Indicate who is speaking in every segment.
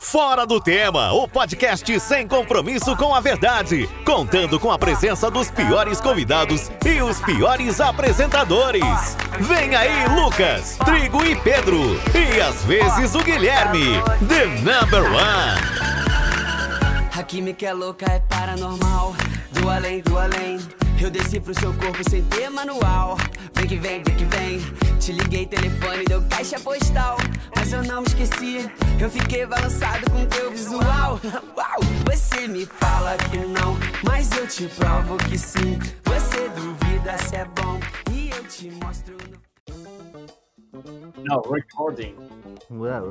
Speaker 1: Fora do Tema, o podcast sem compromisso com a verdade, contando com a presença dos piores convidados e os piores apresentadores. Vem aí Lucas, Trigo e Pedro, e às vezes o Guilherme, the number one.
Speaker 2: A química é louca, é paranormal. Do além, do além. Eu decifro seu corpo sem ter manual. Vem que vem, vem que vem. Te liguei, telefone, deu caixa postal. Mas eu não me esqueci. Eu fiquei balançado com teu visual. Uau! Você me fala que não, mas eu te provo que sim. Você duvida se é bom e eu te mostro no.
Speaker 3: Não, recording.
Speaker 4: Uau,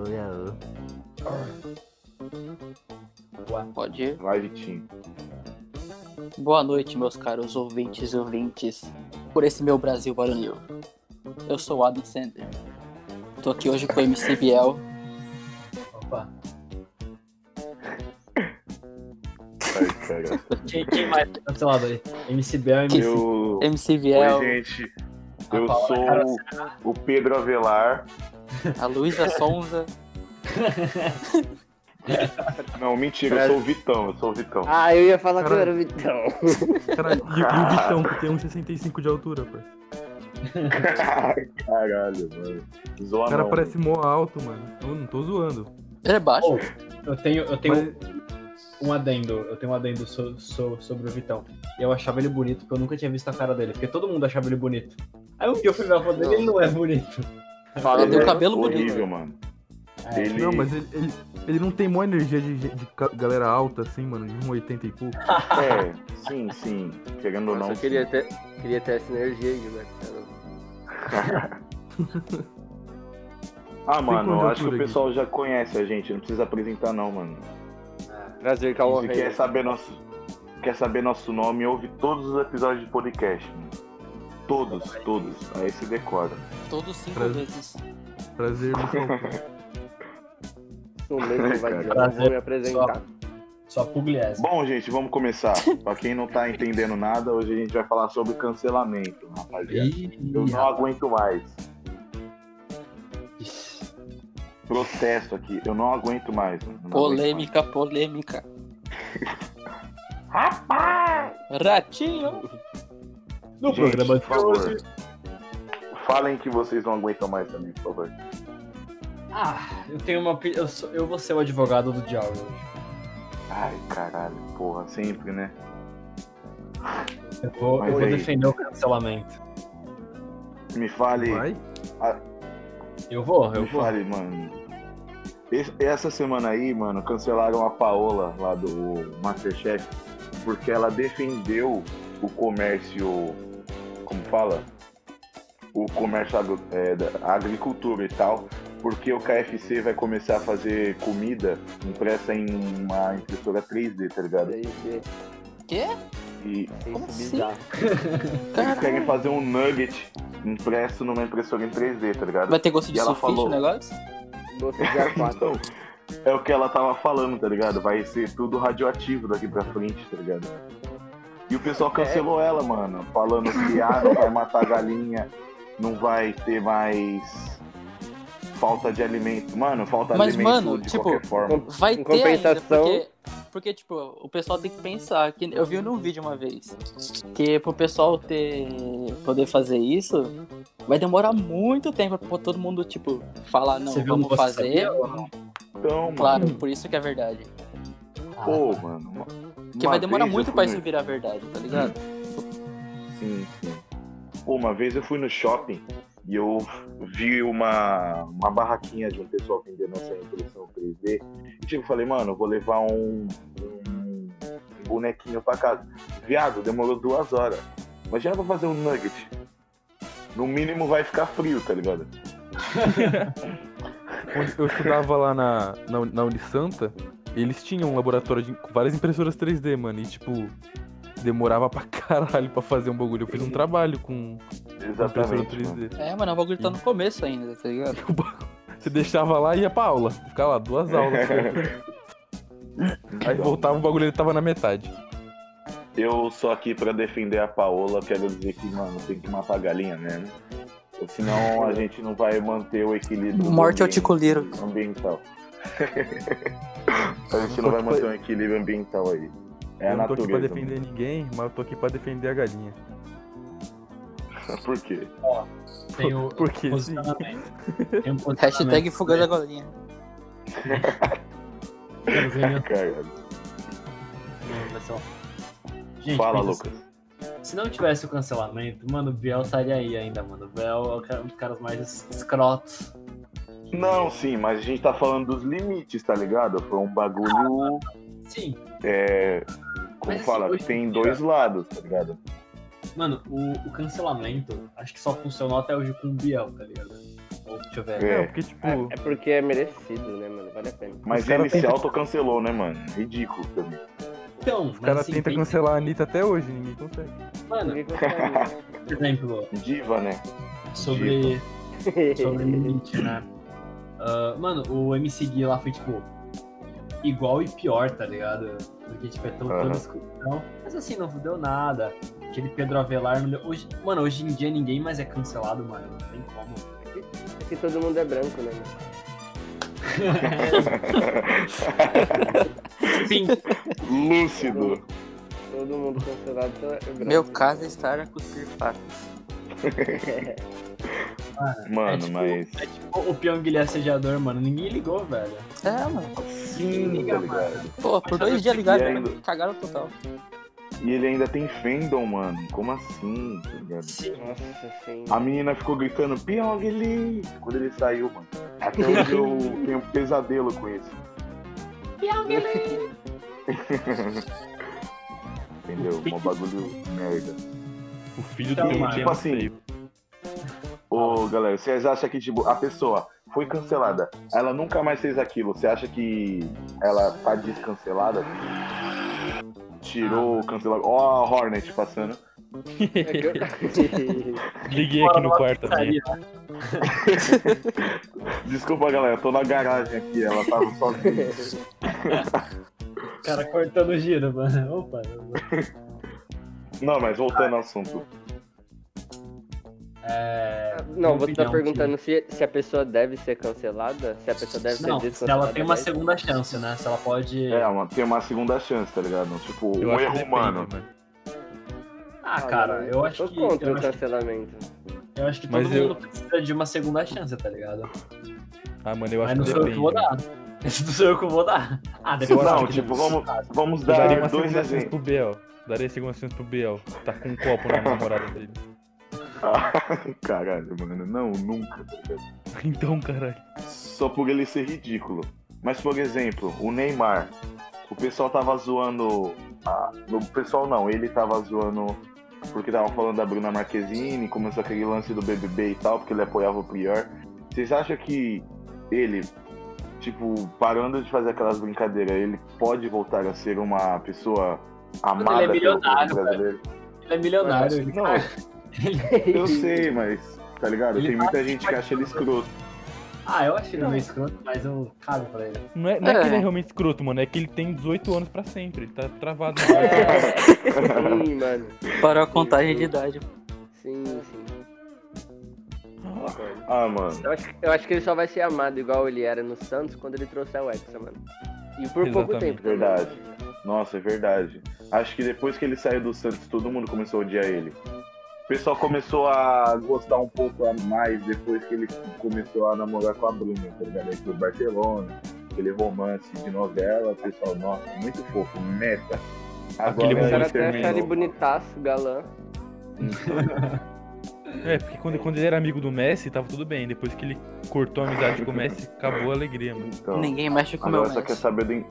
Speaker 4: uau.
Speaker 5: Pode ir.
Speaker 6: Vai, Vitinho.
Speaker 5: Boa noite, meus caros ouvintes e ouvintes, por esse meu Brasil varonil. Eu sou o Adam Sandler. Tô aqui hoje com o MC Biel.
Speaker 3: Opa.
Speaker 6: Vai, cara.
Speaker 3: Quem, quem mais tá do seu lado aí? MC Bel, MC.
Speaker 6: Eu...
Speaker 5: MC Biel,
Speaker 6: Oi, gente.
Speaker 3: A
Speaker 6: Eu
Speaker 3: Paula
Speaker 6: sou
Speaker 3: Carol
Speaker 6: o Pedro Avelar.
Speaker 5: a Luísa Sonza.
Speaker 6: Não, mentira,
Speaker 7: É.
Speaker 6: eu sou o Vitão, eu sou o Vitão.
Speaker 8: Ah, eu ia falar que eu
Speaker 7: Caralho.
Speaker 8: era o Vitão.
Speaker 7: Caralho, e, e o Vitão que tem 1,65 de altura, pô.
Speaker 6: Caralho, mano. Zoa
Speaker 7: O cara
Speaker 6: não.
Speaker 7: parece mó alto, mano. Eu não tô zoando.
Speaker 5: Ele é baixo.
Speaker 3: Oh, eu tenho, eu tenho um adendo. Eu tenho um adendo so- so- sobre o Vitão. Eu achava ele bonito porque eu nunca tinha visto a cara dele. Porque todo mundo achava ele bonito. Aí um eu vi o filme da foto dele ele não é bonito.
Speaker 6: Fala,
Speaker 5: Ele tem
Speaker 6: né?
Speaker 5: o cabelo
Speaker 6: horrível, mano.
Speaker 3: É.
Speaker 6: Ele...
Speaker 7: Não, mas ele, ele, ele não tem mó energia de, de ca- galera alta, assim, mano, de 1,80 e pouco.
Speaker 6: É, sim, sim. Querendo ou não.
Speaker 8: Nossa, eu queria ter, queria ter essa energia aí, né? cara?
Speaker 6: Ah, mano, eu
Speaker 7: quanto
Speaker 6: acho que o
Speaker 7: altura
Speaker 6: pessoal já conhece a gente, não precisa apresentar não, mano.
Speaker 8: Prazer, Calma
Speaker 6: Se quer saber nosso, quer saber nosso nome, ouve todos os episódios de podcast. Mano. Todos, todos. Aí se decora.
Speaker 5: Todos cinco
Speaker 7: Prazer.
Speaker 5: vezes.
Speaker 6: Tá
Speaker 7: Prazer, Vitão.
Speaker 8: Sou mesmo, um vai dizer.
Speaker 3: Prazer,
Speaker 8: eu Vou me apresentar.
Speaker 3: Só pugliese.
Speaker 6: Bom, gente, vamos começar. pra quem não tá entendendo nada, hoje a gente vai falar sobre cancelamento, rapaziada. Eu
Speaker 3: Ih,
Speaker 6: não aguento mais.
Speaker 3: rapaz.
Speaker 6: Processo aqui, eu não aguento mais. mano. Não aguento
Speaker 5: Polêmica, polêmica. Rapaz! Ratinho!
Speaker 3: No
Speaker 6: mais. Gente,
Speaker 3: programa de
Speaker 6: por favor.
Speaker 3: hoje.
Speaker 6: Falem que vocês não aguentam mais também, por favor.
Speaker 3: Ah, eu tenho uma. opi- Eu, sou- eu vou ser o advogado do diabo hoje.
Speaker 6: Ai, caralho, porra, sempre, né?
Speaker 3: Eu vou,
Speaker 6: Mas
Speaker 3: eu vou
Speaker 6: aí?
Speaker 3: defender o cancelamento.
Speaker 6: Me fale,
Speaker 7: Vai?
Speaker 3: Eu vou, eu
Speaker 6: me
Speaker 3: vou.
Speaker 6: fale, mano. Es- Essa semana aí, mano, cancelaram a Paola lá do Masterchef porque ela defendeu o comércio. Como fala? O comércio agro- é, da a agricultura e tal. Porque o KFC vai começar a fazer comida impressa em uma impressora 3D, tá ligado?
Speaker 8: Aí, que-
Speaker 6: E
Speaker 5: Como
Speaker 8: isso,
Speaker 5: assim?
Speaker 8: bizarro.
Speaker 6: eles querem
Speaker 5: Caralho.
Speaker 6: fazer um nugget impresso numa impressora em 3D, tá ligado?
Speaker 5: Vai ter gosto de
Speaker 6: E ela
Speaker 5: sulfite
Speaker 6: falou.
Speaker 5: o negócio?
Speaker 8: Gosto de arpado.
Speaker 6: Então, é o que ela tava falando, tá ligado? Vai ser tudo radioativo daqui pra frente, tá ligado? E o
Speaker 5: É.
Speaker 6: pessoal cancelou ela, mano, falando que ah, não vai matar galinha, não vai ter mais falta de alimento. Mano, falta
Speaker 5: Mas,
Speaker 6: alimento
Speaker 5: mano,
Speaker 6: de
Speaker 5: tipo,
Speaker 6: qualquer forma.
Speaker 8: Com-
Speaker 5: Vai
Speaker 8: Em
Speaker 5: ter ainda,
Speaker 8: compensação-
Speaker 5: porque, porque, tipo, o pessoal tem que pensar. Que eu vi num vídeo uma vez que pro pessoal ter poder fazer isso, vai demorar muito tempo pra todo mundo, tipo, falar, não,
Speaker 3: Você um viu
Speaker 5: vamos
Speaker 3: no Você
Speaker 5: fazer.
Speaker 3: Sabia ou não?
Speaker 6: Então,
Speaker 5: Claro, por isso que é verdade.
Speaker 6: pô, mano. uma-
Speaker 5: Porque
Speaker 6: uma
Speaker 5: vai demorar
Speaker 6: vez eu
Speaker 5: muito
Speaker 6: fui
Speaker 5: pra
Speaker 6: no-
Speaker 5: isso virar verdade, tá ligado?
Speaker 6: Sim, sim. Pô, uma vez eu fui no shopping e eu vi uma, uma barraquinha de um pessoal vendendo essa impressão 3D. E tipo, falei, mano, eu vou levar um, um bonequinho pra casa. Viado, demorou duas horas. Imagina pra fazer um nugget. No mínimo vai ficar frio, tá ligado?
Speaker 7: Onde Eu estudava lá na, na, Uni- na Unisanta, e eles tinham um laboratório de, com várias impressoras 3D, mano, e tipo, demorava pra caralho pra fazer um bagulho. Eu fiz um trabalho com uma impressora
Speaker 6: Exatamente. mano.
Speaker 7: 3D.
Speaker 5: É, mano, o bagulho tá no começo ainda, tá ligado?
Speaker 7: O bagulho- Você deixava lá e ia pra aula. Ficava lá duas aulas. Aí voltava o bagulho ele tava na metade.
Speaker 6: Eu sou aqui pra defender a Paola, quero dizer que, mano, tem que matar a galinha mesmo. Ou Senão a gente não vai manter o equilíbrio do
Speaker 5: Morte ao
Speaker 6: ambiente-
Speaker 5: ticoleiro.
Speaker 6: ambiental. A gente não vai manter um equilíbrio ambiental aí. É a
Speaker 7: eu não tô aqui pra
Speaker 6: natureza.
Speaker 7: defender ninguém, mas eu tô aqui pra defender a galinha.
Speaker 6: mano. Por quê?
Speaker 3: Tem o
Speaker 7: Por quê?
Speaker 3: posicionamento. Tem um posicionamento.
Speaker 5: Hashtag fuga da galinha.
Speaker 3: Quero ver
Speaker 7: É.
Speaker 3: minha-
Speaker 6: Caralho.
Speaker 3: Vai ser ó. Gente,
Speaker 6: Fala,
Speaker 3: pensa
Speaker 6: Lucas.
Speaker 3: assim, Se não tivesse o cancelamento, mano, o Biel estaria aí ainda, mano. O Biel é o cara- um dos caras mais escrotos.
Speaker 6: Não, sim, mas a gente tá falando dos limites, tá ligado? Foi um bagulho.
Speaker 3: Sim,
Speaker 6: É. Como
Speaker 3: Mas, assim,
Speaker 6: fala?
Speaker 3: hoje em
Speaker 6: Tem
Speaker 3: dia-
Speaker 6: dois lados, tá ligado?
Speaker 3: mano, o, o cancelamento acho que só funcionou até hoje com o Biel, tá ligado? Ou, Deixa eu ver.
Speaker 7: É,
Speaker 6: É.
Speaker 7: porque, tipo,
Speaker 8: É, é porque é merecido, né, mano? Vale a pena.
Speaker 6: Mas
Speaker 7: Os cara
Speaker 6: ele se autocancelou, né, mano? Ridículo também.
Speaker 3: Então,
Speaker 7: o
Speaker 3: mas
Speaker 7: cara
Speaker 3: assim,
Speaker 7: tenta
Speaker 3: tem-
Speaker 7: cancelar a Anitta até hoje, ninguém consegue.
Speaker 3: Mano,
Speaker 8: Ninguém consegue.
Speaker 3: por exemplo,
Speaker 6: Diva, né?
Speaker 3: sobre,
Speaker 6: Tipo.
Speaker 3: sobre limite, né? Ah, mano, o MC Gui lá foi, tipo, igual e pior, tá ligado? Porque, tipo, é tão
Speaker 6: Aham.
Speaker 3: toda discussão. Mas assim, não deu nada. Aquele Pedro Avelar não deu. Hoje, mano, hoje em dia ninguém mais é cancelado, mano. Não tem como.
Speaker 8: É que todo mundo é branco, né, mano?
Speaker 3: Sim,
Speaker 6: Lúcido.
Speaker 8: Todo mundo cancelado então é branco.
Speaker 5: Meu caso é estar com o Sirfato.
Speaker 3: é
Speaker 6: Mano,
Speaker 3: tipo-
Speaker 6: mas.
Speaker 3: é tipo o Pyong ele é assediador, mano. Ninguém ligou, velho.
Speaker 5: É, mano.
Speaker 6: Sim, tá ligado?
Speaker 5: Pô, por dois dias ligaram,
Speaker 6: E ainda-
Speaker 5: cagaram total.
Speaker 6: E ele ainda tem fandom, mano. Como assim? Tá ligado?
Speaker 3: Sim.
Speaker 8: Nossa senhora.
Speaker 6: A menina ficou gritando Pyong Lee quando ele saiu, mano. Até hoje eu tenho um pesadelo com isso. Entendeu? Um bagulho merda.
Speaker 7: O filho
Speaker 3: Então,
Speaker 7: do
Speaker 3: mano,
Speaker 7: Tim
Speaker 6: tipo assim, Ô, galera, vocês acham que, tipo, a pessoa foi cancelada, ela nunca mais fez aquilo, você acha que ela tá descancelada? Tirou o cancelamento. Ó, a Hornet passando.
Speaker 8: É que eu-
Speaker 6: assim,
Speaker 7: Liguei aqui no quarto
Speaker 3: Putaria.
Speaker 6: Desculpa, galera, tô na garagem aqui, ela tava sozinha.
Speaker 3: O cara cortando o giro, mano. Opa.
Speaker 6: Não, mas voltando ao assunto.
Speaker 3: É...
Speaker 8: Não, você tá
Speaker 3: opinião,
Speaker 8: perguntando se, se a pessoa deve ser cancelada? Se a pessoa deve ser né?
Speaker 3: Não, se
Speaker 8: descancelada?
Speaker 3: ela tem uma
Speaker 8: mesmo?
Speaker 3: segunda chance, né? Se ela pode.
Speaker 6: É, uma, tem uma segunda chance, tá ligado? Tipo,
Speaker 7: Eu
Speaker 6: um
Speaker 7: acho que
Speaker 6: erro
Speaker 7: depende,
Speaker 6: humano.
Speaker 7: mano.
Speaker 3: Ah, cara,
Speaker 8: mano,
Speaker 3: eu acho
Speaker 8: tô
Speaker 3: que.
Speaker 8: contra
Speaker 3: Eu
Speaker 8: o
Speaker 3: acho, que-
Speaker 8: cancelamento.
Speaker 3: eu acho que todo
Speaker 7: Mas eu-
Speaker 3: mundo precisa de uma segunda chance, tá ligado?
Speaker 7: Ah, mano, eu acho
Speaker 3: Mas não
Speaker 7: que
Speaker 3: sou eu
Speaker 7: depende.
Speaker 3: que vou
Speaker 7: mano.
Speaker 3: dar. Não sou eu que vou dar. Ah, deve
Speaker 7: Eu
Speaker 6: Não,
Speaker 7: acho que
Speaker 6: tipo, vamos, vamos
Speaker 7: Eu daria uma
Speaker 6: dar dois
Speaker 7: segunda chance
Speaker 6: exemplos.
Speaker 7: pro Biel. Daria segunda chance pro Biel. Tá com um copo na namorada dele.
Speaker 6: Caralho, mano, não, nunca, tá ligado?
Speaker 7: Então, caralho.
Speaker 6: só por ele ser ridículo. Mas, por exemplo, o Neymar. O pessoal tava zoando. a- O pessoal não, ele tava zoando porque tava falando da Bruna Marquezine, começou aquele lance do BBB e tal, porque ele apoiava o Prior. Vocês acham que ele, tipo, parando de fazer aquelas brincadeiras, ele pode voltar a ser uma pessoa amada
Speaker 3: Ele é
Speaker 6: pelo povo
Speaker 3: milionário,
Speaker 6: brasileiro?
Speaker 3: Ele é milionário. Ele...
Speaker 6: Não, eu sei, mas, tá ligado?
Speaker 3: Ele
Speaker 6: Tem
Speaker 3: tá-
Speaker 6: muita gente que acha ele escroto.
Speaker 3: Ah, eu acho ele meio escroto, mas eu cago pra ele.
Speaker 7: Não é, não é que
Speaker 5: É.
Speaker 7: ele é realmente escroto, mano. É que ele tem 18 anos pra sempre. Ele tá travado.
Speaker 3: É.
Speaker 6: É.
Speaker 8: Sim, mano.
Speaker 5: Parou a contagem de idade.
Speaker 8: Sim, sim.
Speaker 6: Ah, mano.
Speaker 8: Eu acho, eu acho que ele só vai ser amado igual ele era no Santos quando ele trouxer o Hexa, mano. E por pouco
Speaker 7: Exatamente.
Speaker 8: tempo. também.
Speaker 6: Verdade. Nossa, é verdade. Acho que depois que ele saiu do Santos, todo mundo começou a odiar ele. O pessoal começou a gostar um pouco a mais depois que ele começou a namorar com a Bruna, tá ligado? Aí foi Barcelona, aquele romance de novela, o pessoal, nossa, muito fofo, meta.
Speaker 7: Aquele
Speaker 6: ele
Speaker 8: Começaram
Speaker 7: romance
Speaker 8: até a achar ele
Speaker 6: terminou.
Speaker 8: bonitaço, galã.
Speaker 7: É, porque quando, quando ele era amigo do Messi, tava tudo bem. Depois que ele cortou a amizade com o Messi, acabou a alegria, mano.
Speaker 6: Então,
Speaker 5: Ninguém mexe com o meu
Speaker 6: agora só quer
Speaker 5: Messi.
Speaker 6: saber do,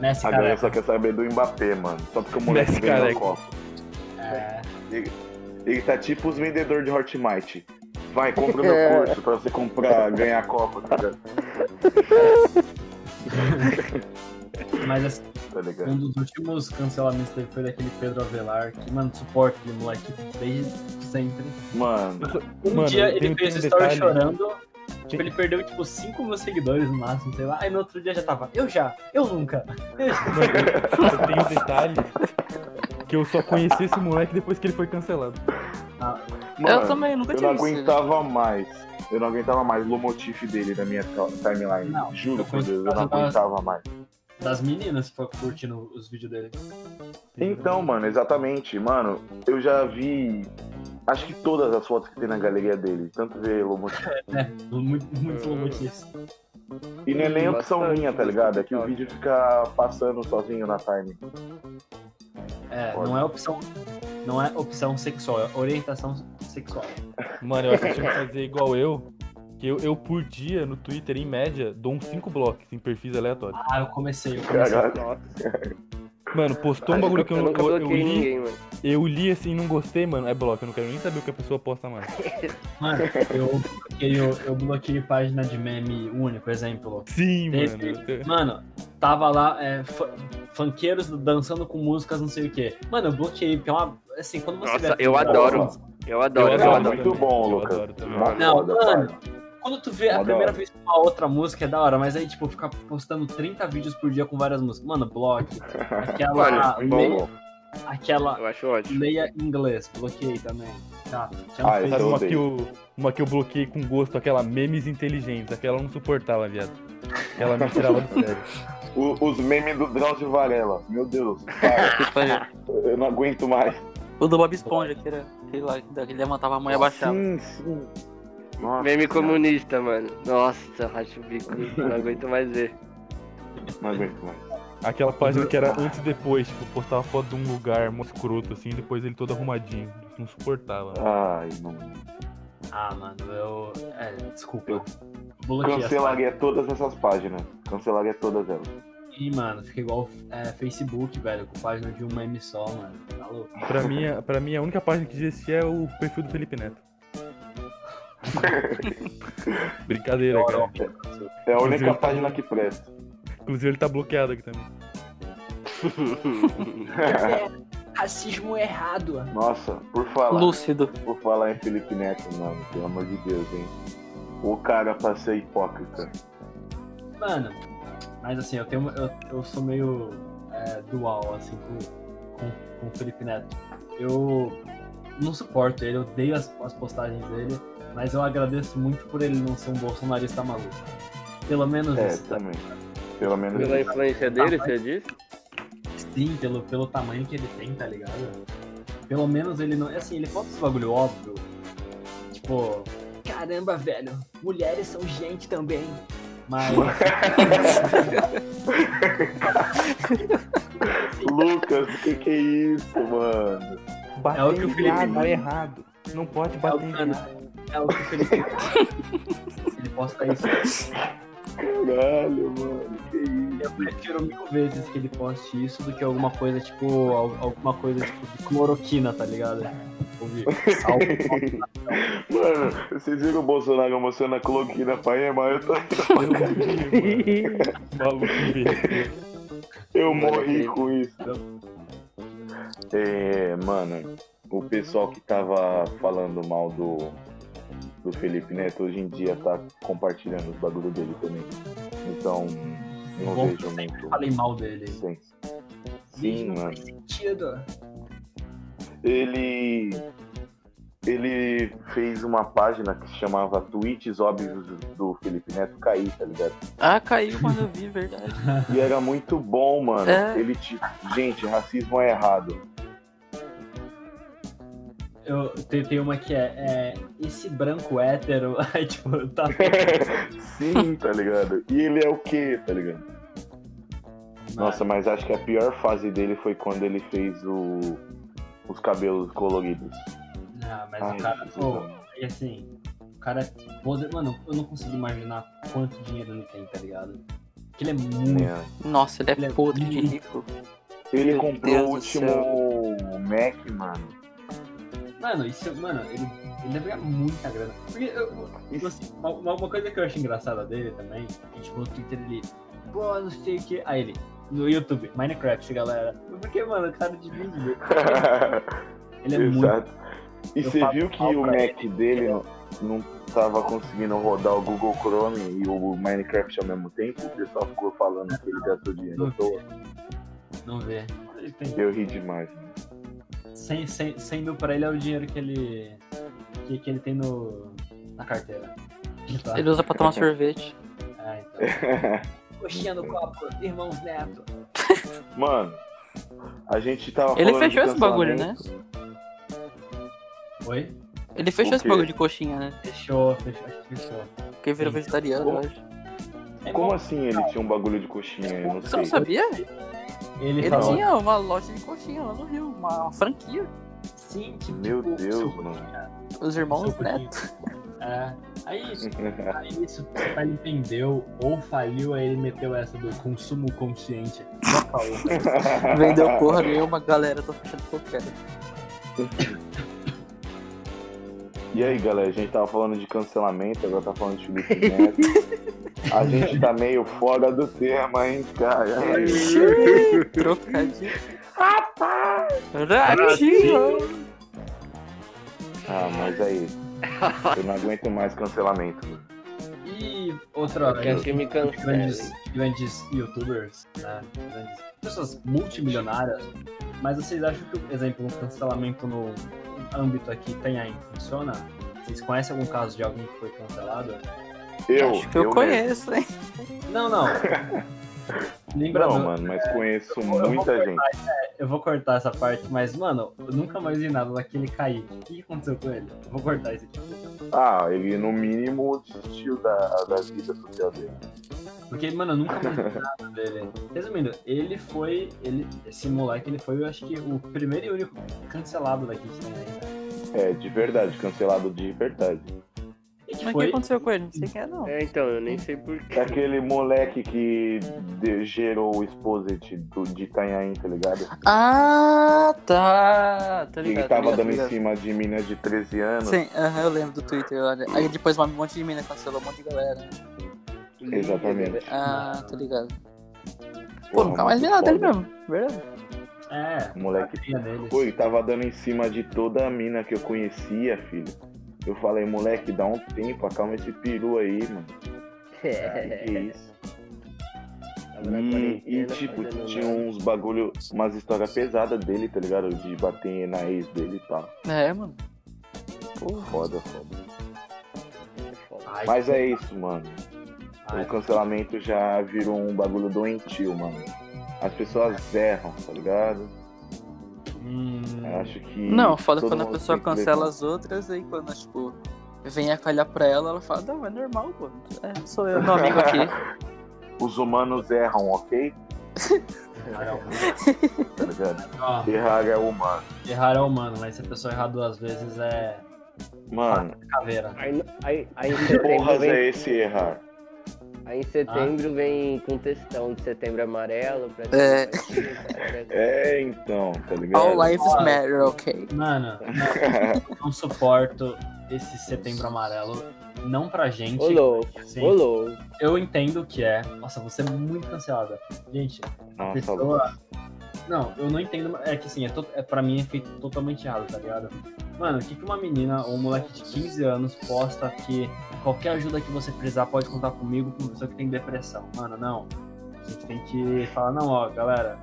Speaker 3: Messi,
Speaker 6: agora
Speaker 3: cara.
Speaker 6: só quer saber do Mbappé, mano. Só porque o moleque
Speaker 7: Messi
Speaker 6: ganhou o
Speaker 7: careca.
Speaker 6: copo.
Speaker 3: É...
Speaker 6: Ele tá tipo os vendedores de Hotmart. Vai, compra meu curso pra você comprar, ganhar a Copa, tá ligado?
Speaker 3: Mas assim,
Speaker 6: Tá ligado?
Speaker 3: um dos últimos cancelamentos dele foi daquele Pedro Avelar, que, mano, suporta aquele moleque desde sempre.
Speaker 6: Mano,
Speaker 3: Um
Speaker 7: Mano,
Speaker 3: dia
Speaker 7: tem-
Speaker 3: ele
Speaker 7: tem
Speaker 3: fez
Speaker 7: um
Speaker 3: story
Speaker 7: detalhe.
Speaker 3: chorando. Tipo, ele perdeu tipo 5 mil seguidores no máximo, sei lá. Aí no outro dia já tava, eu já, eu nunca.
Speaker 7: Eu tenho um detalhe que eu só conheci esse moleque depois que ele foi cancelado.
Speaker 6: mano,
Speaker 5: eu também nunca
Speaker 6: eu
Speaker 3: né?
Speaker 5: tinha
Speaker 6: não
Speaker 5: visto.
Speaker 6: aguentava mais. Eu não aguentava mais o Lomotif dele na minha ta- timeline.
Speaker 3: Não,
Speaker 6: Juro
Speaker 3: eu
Speaker 6: por
Speaker 3: conheço
Speaker 6: Deus,
Speaker 3: por
Speaker 6: eu não
Speaker 3: causa da-
Speaker 6: aguentava mais.
Speaker 3: Das meninas que foram curtindo os vídeos dele.
Speaker 6: Então, mano, exatamente. Mano, eu já vi. Acho que todas as fotos que tem na galeria dele. Tanto ver Lomotif.
Speaker 3: Muito,
Speaker 8: Ah.
Speaker 3: muito lomotice.
Speaker 6: E não é nem
Speaker 8: Bastante,
Speaker 6: opção minha, tá
Speaker 8: bastante
Speaker 6: ligado? É que o
Speaker 8: foto.
Speaker 6: vídeo fica passando sozinho na tá time.
Speaker 3: É, não é opção. Não é opção sexual, é orientação sexual.
Speaker 7: Mano, eu acho que tinha que fazer igual eu. Que eu, eu por dia no Twitter, em média, dou uns 5 blocos em perfis aleatórios.
Speaker 3: Ah, eu comecei, eu comecei.
Speaker 6: Caralho.
Speaker 7: Mano, postou um
Speaker 8: Acho
Speaker 7: bagulho que eu, não
Speaker 8: Ah, nunca
Speaker 7: eu, eu
Speaker 8: bloqueei
Speaker 7: li,
Speaker 8: ninguém, mano.
Speaker 7: eu li assim e não gostei, mano. É bloco, eu não quero nem saber o que a pessoa posta mais.
Speaker 3: Mano, eu bloqueio, eu bloqueio página de meme único, exemplo.
Speaker 7: Sim,
Speaker 3: Esse-
Speaker 7: mano.
Speaker 3: Mano, tava lá, é, fu- funkeiros dançando com músicas, não sei o quê. Mano, eu bloqueei, porque é uma. Assim, quando você
Speaker 8: Nossa,
Speaker 3: vê aquilo-
Speaker 8: eu adoro. Eu adoro, eu,
Speaker 7: Eu adoro
Speaker 8: adoro.
Speaker 6: muito
Speaker 7: também,
Speaker 6: bom,
Speaker 7: eu
Speaker 6: Lucas.
Speaker 7: adoro também.
Speaker 6: Mó
Speaker 3: Não,
Speaker 6: foda,
Speaker 3: mano.
Speaker 6: pai.
Speaker 3: Quando tu vê a
Speaker 6: Mó da
Speaker 3: primeira
Speaker 6: hora.
Speaker 3: vez uma outra música é da hora, mas aí, tipo, ficar postando 30 vídeos por dia com várias músicas. Mano, bloque. Aquela.
Speaker 8: Olha,
Speaker 6: Muito
Speaker 8: bom.
Speaker 6: Tá bom.
Speaker 3: Aquela.
Speaker 8: Eu acho ótimo.
Speaker 3: Leia em inglês, bloqueei também. Tá, tinha
Speaker 6: Ah,
Speaker 3: feito.
Speaker 7: Sabe
Speaker 6: eu
Speaker 7: uma
Speaker 6: odeio.
Speaker 7: que, eu, uma que eu bloqueei com gosto, aquela memes inteligentes, aquela eu não suportava, viado. Aquela me tirava do sério.
Speaker 6: O- os memes do Drauzio Varela. Meu Deus, cara,
Speaker 5: Que pariu.
Speaker 6: eu não aguento mais.
Speaker 5: O do Bob Esponja, que era aquele lá que levantava a mão e abaixava.
Speaker 6: Sim, Hum, sim. Nossa,
Speaker 8: Meme
Speaker 6: cara,
Speaker 8: comunista, mano. Nossa, racho o bico. Não aguento mais ver.
Speaker 6: Não aguento mais.
Speaker 7: Aquela página que era antes e depois, tipo, postava foto de um lugar mó escroto, assim, e depois ele todo arrumadinho. Não suportava.
Speaker 6: Ai, mano.
Speaker 3: Ah, mano, eu. É, desculpa.
Speaker 6: Eu
Speaker 3: Bloqueei essa
Speaker 6: Cancelaria todas essas páginas. Cancelaria todas elas.
Speaker 3: Ih, assim, mano, fica igual é, Facebook, velho, com página de um meme só, mano. Tá louco?
Speaker 7: Ah, Pra mim, a- pra mim, a única página que existia é o perfil do Felipe Neto. Brincadeira, cara.
Speaker 6: É a
Speaker 7: Inclusive,
Speaker 6: única
Speaker 7: tá-
Speaker 6: página que presta.
Speaker 7: Inclusive, ele tá bloqueado aqui também.
Speaker 3: Racismo é errado.
Speaker 6: Nossa, por falar.
Speaker 5: Lúcido.
Speaker 6: Por falar em Felipe Neto, mano. Pelo amor de Deus, hein. O cara pra ser hipócrita.
Speaker 3: Mano, mas assim, eu tenho. Eu, eu sou meio é, dual, assim, com, com, com o Felipe Neto. Eu não suporto ele, eu odeio as, as postagens dele, mas eu agradeço muito por ele não ser um bolsonarista maluco. Pelo menos
Speaker 6: É,
Speaker 3: isso, tá?
Speaker 6: também. Pelo menos.
Speaker 8: Pela influência dele, você disse?
Speaker 3: Sim, pelo, pelo tamanho que ele tem, tá ligado? Pelo menos ele não. Assim, ele bota esse bagulho óbvio. Tipo, caramba, velho, mulheres são gente também. Mas.
Speaker 6: Lucas, o que, que é isso, mano?
Speaker 7: Bater
Speaker 3: É o que o Felipe
Speaker 7: viado
Speaker 3: Neto-
Speaker 7: é errado. Não pode
Speaker 3: É o,
Speaker 7: bater em viado.
Speaker 3: que, é o que o Felipe. ele posta isso.
Speaker 6: Caralho, mano. Que isso?
Speaker 3: Eu prefiro mil vezes que ele poste isso do que alguma coisa tipo. al- Alguma coisa tipo de cloroquina, tá ligado? Ouvi. Sal.
Speaker 6: Mano, vocês viram o Bolsonaro mostrando a cloquina pra Ema? Eu, tô-
Speaker 7: Maluco imbecil.
Speaker 6: eu morri com isso. É, mano, o pessoal que tava falando mal do, do Felipe Neto hoje em dia tá compartilhando os bagulho dele também. Então, não
Speaker 3: Bom,
Speaker 6: vejo muito
Speaker 3: Falei mal dele.
Speaker 6: senso. Sim,
Speaker 3: Não
Speaker 6: mano.
Speaker 3: faz sentido.
Speaker 6: ele ele fez uma página que se chamava Tweets Óbvios do Felipe Neto cair, tá ligado?
Speaker 5: Ah, caiu, mano, eu vi, verdade.
Speaker 6: E era muito bom, mano.
Speaker 5: É.
Speaker 6: Ele te... Gente, racismo é errado.
Speaker 3: Eu, tem, tem uma que é, é, Esse branco hétero. Aí, tipo, tá.
Speaker 6: Sim, tá ligado? E ele é o quê, tá ligado? Nossa, mas acho que a pior fase dele foi quando ele fez o... os cabelos coloridos.
Speaker 3: Não, Ah, mas
Speaker 6: Ai,
Speaker 3: o cara.
Speaker 6: Jesus,
Speaker 3: Pô,
Speaker 6: mano.
Speaker 3: e assim. O cara é. poder- Mano, eu não consigo imaginar quanto dinheiro ele tem, tá ligado? Porque ele é muito.
Speaker 6: É.
Speaker 5: Nossa, ele
Speaker 3: Ele é
Speaker 5: é podre de
Speaker 3: muito-
Speaker 5: rico.
Speaker 6: Ele
Speaker 5: Meu
Speaker 6: comprou
Speaker 5: Deus
Speaker 6: o
Speaker 5: do
Speaker 6: último Mac, mano.
Speaker 3: Mano, isso. Mano, ele, ele deve ganhar muita grana. Porque eu, eu- assim, uma, uma coisa que eu acho engraçada dele também, é tipo, no Twitter ele. Pô, não sei o que. Aí ele. No YouTube, Minecraft, galera. Porque, mano, o cara de vídeo. Ele é muito.
Speaker 6: Exato. E
Speaker 3: Eu
Speaker 6: você
Speaker 3: falo
Speaker 6: viu que
Speaker 3: mal
Speaker 6: o
Speaker 3: pra
Speaker 6: Mac dele não, não tava conseguindo rodar o Google Chrome e o Minecraft ao mesmo tempo? O pessoal ficou falando que ele gastou dinheiro à toa.
Speaker 3: Não vê. Ele tem
Speaker 6: Eu ri demais.
Speaker 3: 100, 100, 100 mil pra ele é o dinheiro que ele. que, que ele tem no. na carteira.
Speaker 5: Ele usa pra tomar sorvete.
Speaker 3: É, então.
Speaker 9: Coxinha no copo, irmãos Neto.
Speaker 6: Mano, a gente tava
Speaker 5: Ele
Speaker 6: falando de
Speaker 5: fechou esse bagulho, né?
Speaker 6: cancelamento.
Speaker 3: Oi?
Speaker 5: Ele fechou
Speaker 6: O
Speaker 5: esse
Speaker 6: quê?
Speaker 5: bagulho de coxinha, né?
Speaker 3: Fechou, fechou, acho que fechou. É
Speaker 5: Porque ele virou
Speaker 3: Sim.
Speaker 5: vegetariano, eu acho. né?
Speaker 6: Como assim ele tinha um bagulho de coxinha? Eu não
Speaker 5: Você
Speaker 6: sei.
Speaker 5: não sabia?
Speaker 6: assim?
Speaker 3: Ele,
Speaker 5: Ele
Speaker 3: falou.
Speaker 5: tinha uma loja de coxinha lá no Rio, uma, uma franquia.
Speaker 3: Sim, tipo,
Speaker 6: Meu
Speaker 3: tipo,
Speaker 6: Deus,
Speaker 3: suco,
Speaker 6: mano.
Speaker 5: Os irmãos
Speaker 3: suco de-
Speaker 5: Neto.
Speaker 3: um É. Aí, aí isso ele entendeu ou faliu, aí ele meteu essa do consumo consciente. Só caô.
Speaker 6: Ah,
Speaker 5: Vendeu porra nenhuma, galera, tô fechando qualquer.
Speaker 6: E aí, galera, a gente tava falando de cancelamento, agora tá falando de Felipe Neto. A gente tá meio fora do tema, hein, cara?
Speaker 5: Trocadinho. Ratinho!
Speaker 6: Ah, mas aí. Eu não aguento mais cancelamento. mano.
Speaker 3: E outra
Speaker 8: Eu quero que me cancelem.
Speaker 3: grandes, grandes youtubers, né? Grandes pessoas multimilionárias. Mas vocês acham que, por exemplo, um cancelamento no âmbito aqui tem aí funciona? Vocês conhecem algum caso de alguém que foi cancelado?
Speaker 6: Eu,
Speaker 5: Acho que eu,
Speaker 6: mesmo.
Speaker 5: conheço, hein?
Speaker 3: Não, não. Lembra,
Speaker 6: Não,
Speaker 3: não,
Speaker 6: mano, mas conheço
Speaker 3: eu vou
Speaker 6: muita
Speaker 3: cortar
Speaker 6: gente.
Speaker 3: Eu vou cortar essa parte, mas, mano, eu nunca mais vi nada daquele Kaique. O que aconteceu com ele? Eu vou cortar esse tipo.
Speaker 6: Ah, ele no mínimo desistiu da, da vida social dele.
Speaker 3: Porque, mano, eu nunca mais vi nada dele. Resumindo, ele foi. Ele, esse moleque, ele foi, eu acho que, o primeiro e único cancelado daqui que tem ainda.
Speaker 6: É, de verdade, cancelado de verdade.
Speaker 3: E que
Speaker 5: Mas o
Speaker 3: foi.
Speaker 5: que aconteceu com ele? Não sei quem é, não.
Speaker 8: É, então, eu nem sei porquê.
Speaker 6: Aquele moleque que de- gerou o exposit do, de Itanhaém, tá ligado?
Speaker 5: Ah, tá. Tá ligado.
Speaker 6: Que
Speaker 5: tá
Speaker 6: tava
Speaker 5: ligado,
Speaker 6: dando
Speaker 5: tá
Speaker 6: em
Speaker 5: ligado.
Speaker 6: cima de meninas de 13 anos.
Speaker 5: Sim, aham, eu lembro do Twitter. olha. Aí depois um monte de mina cancelou, um monte de galera. né?
Speaker 6: Exatamente.
Speaker 5: Ah, tá ligado. Pô,
Speaker 6: Porra,
Speaker 5: nunca mais vi
Speaker 6: muito
Speaker 5: nada dele
Speaker 6: foda.
Speaker 5: mesmo. Verdade.
Speaker 3: É,
Speaker 6: O moleque
Speaker 3: tadinha dele.
Speaker 6: Pô, e tava dando em cima de toda a mina que eu conhecia, filho. Eu falei, moleque, dá um tempo, acalma esse peru aí, mano.
Speaker 3: É.
Speaker 8: É.
Speaker 6: Que é isso.
Speaker 3: tá
Speaker 8: Tava na
Speaker 6: E, e,
Speaker 8: quarentena
Speaker 6: tipo,
Speaker 8: fazendo
Speaker 6: tinha
Speaker 8: nada.
Speaker 6: uns bagulho, umas histórias pesadas dele, tá ligado? De bater na ex dele e tal.
Speaker 5: É, mano.
Speaker 6: Foda, foda.
Speaker 3: Ai,
Speaker 6: Mas é isso, mano.
Speaker 3: ai,
Speaker 6: O cancelamento já virou um bagulho doentio, mano. As pessoas erram, tá ligado?
Speaker 3: hum,
Speaker 6: Eu É, acho que.
Speaker 5: Não, foda
Speaker 6: todo
Speaker 5: quando a
Speaker 6: mundo
Speaker 5: pessoa
Speaker 6: tem que
Speaker 5: cancela as outras, aí quando, tipo, vem a calhar pra ela, ela fala, não, é normal, pô. É, sou eu, meu amigo aqui.
Speaker 6: É. Os humanos erram, ok?
Speaker 3: errar é-
Speaker 6: Tá ligado?
Speaker 3: ó,
Speaker 6: Errar é humano.
Speaker 3: Errar é humano, mas se a pessoa errar duas vezes é
Speaker 6: Mano,
Speaker 3: caveira.
Speaker 8: Aí, no- aí, aí em
Speaker 6: que
Speaker 8: setembro,
Speaker 6: porras é
Speaker 8: vem,
Speaker 6: esse errar?
Speaker 8: aí em setembro vem com textão de setembro amarelo pra
Speaker 5: É.
Speaker 8: tá
Speaker 6: É, então, tá ligado?
Speaker 5: All lives
Speaker 3: Olha.
Speaker 5: matter, ok?
Speaker 3: Mano, não, não suporto esse setembro amarelo. Não pra gente.
Speaker 8: Ô, louco,
Speaker 3: assim,
Speaker 8: ô louco.
Speaker 3: eu entendo que é. Nossa, você é muito cancelada. Gente, a
Speaker 6: Nossa,
Speaker 3: pessoa. Não, eu não entendo. É que assim, é to... é, pra mim é feito totalmente errado, tá ligado? Mano, o que, que uma menina ou um moleque de 15 anos posta que qualquer ajuda que você precisar pode contar comigo com uma pessoa que tem depressão? Mano, não. A gente tem que falar, não, ó, galera,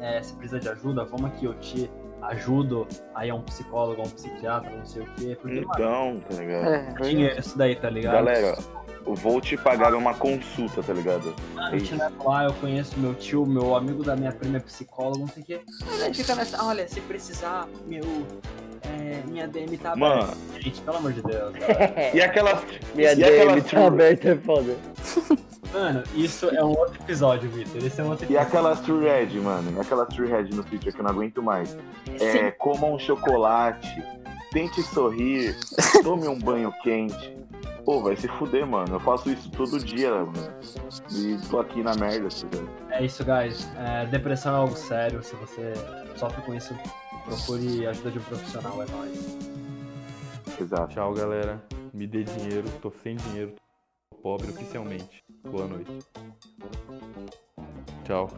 Speaker 3: é, você precisa de ajuda, vamos aqui, eu te ajudo. Aí é um psicólogo, é um psiquiatra, não sei o quê. Porque, mano,
Speaker 6: então, tá ligado?
Speaker 5: É,
Speaker 3: é dinheiro isso daí, tá ligado?
Speaker 6: Galera, eu vou te pagar uma consulta, tá ligado?
Speaker 3: Ah, eu te levo lá, eu conheço meu tio, meu amigo da minha prima é psicólogo, não sei o quê. Mas aí fica nessa, olha, se precisar, meu. é, minha DM tá aberta.
Speaker 6: Mano,
Speaker 3: Gente, pelo amor de Deus, galera.
Speaker 6: e aquelas.
Speaker 8: Minha
Speaker 6: e aquelas
Speaker 8: DM tá aberta, é foda.
Speaker 3: Mano, isso é um outro episódio, Vitor. Esse é um outro
Speaker 6: E
Speaker 3: episódio.
Speaker 6: aquelas True Red, mano. Aquelas True Red no Twitter que eu não aguento mais. É, coma um chocolate, tente sorrir, tome um banho quente. Pô, vai se fuder, mano. Eu faço isso todo dia, mano. E tô aqui na merda, tá ligado?
Speaker 3: É isso, guys. É, depressão é algo sério. Se você sofre com isso, procure a ajuda de um profissional, é nóis.
Speaker 6: Exato.
Speaker 7: Tchau, galera. Me dê dinheiro, tô sem dinheiro, tô pobre oficialmente. Boa noite. Tchau.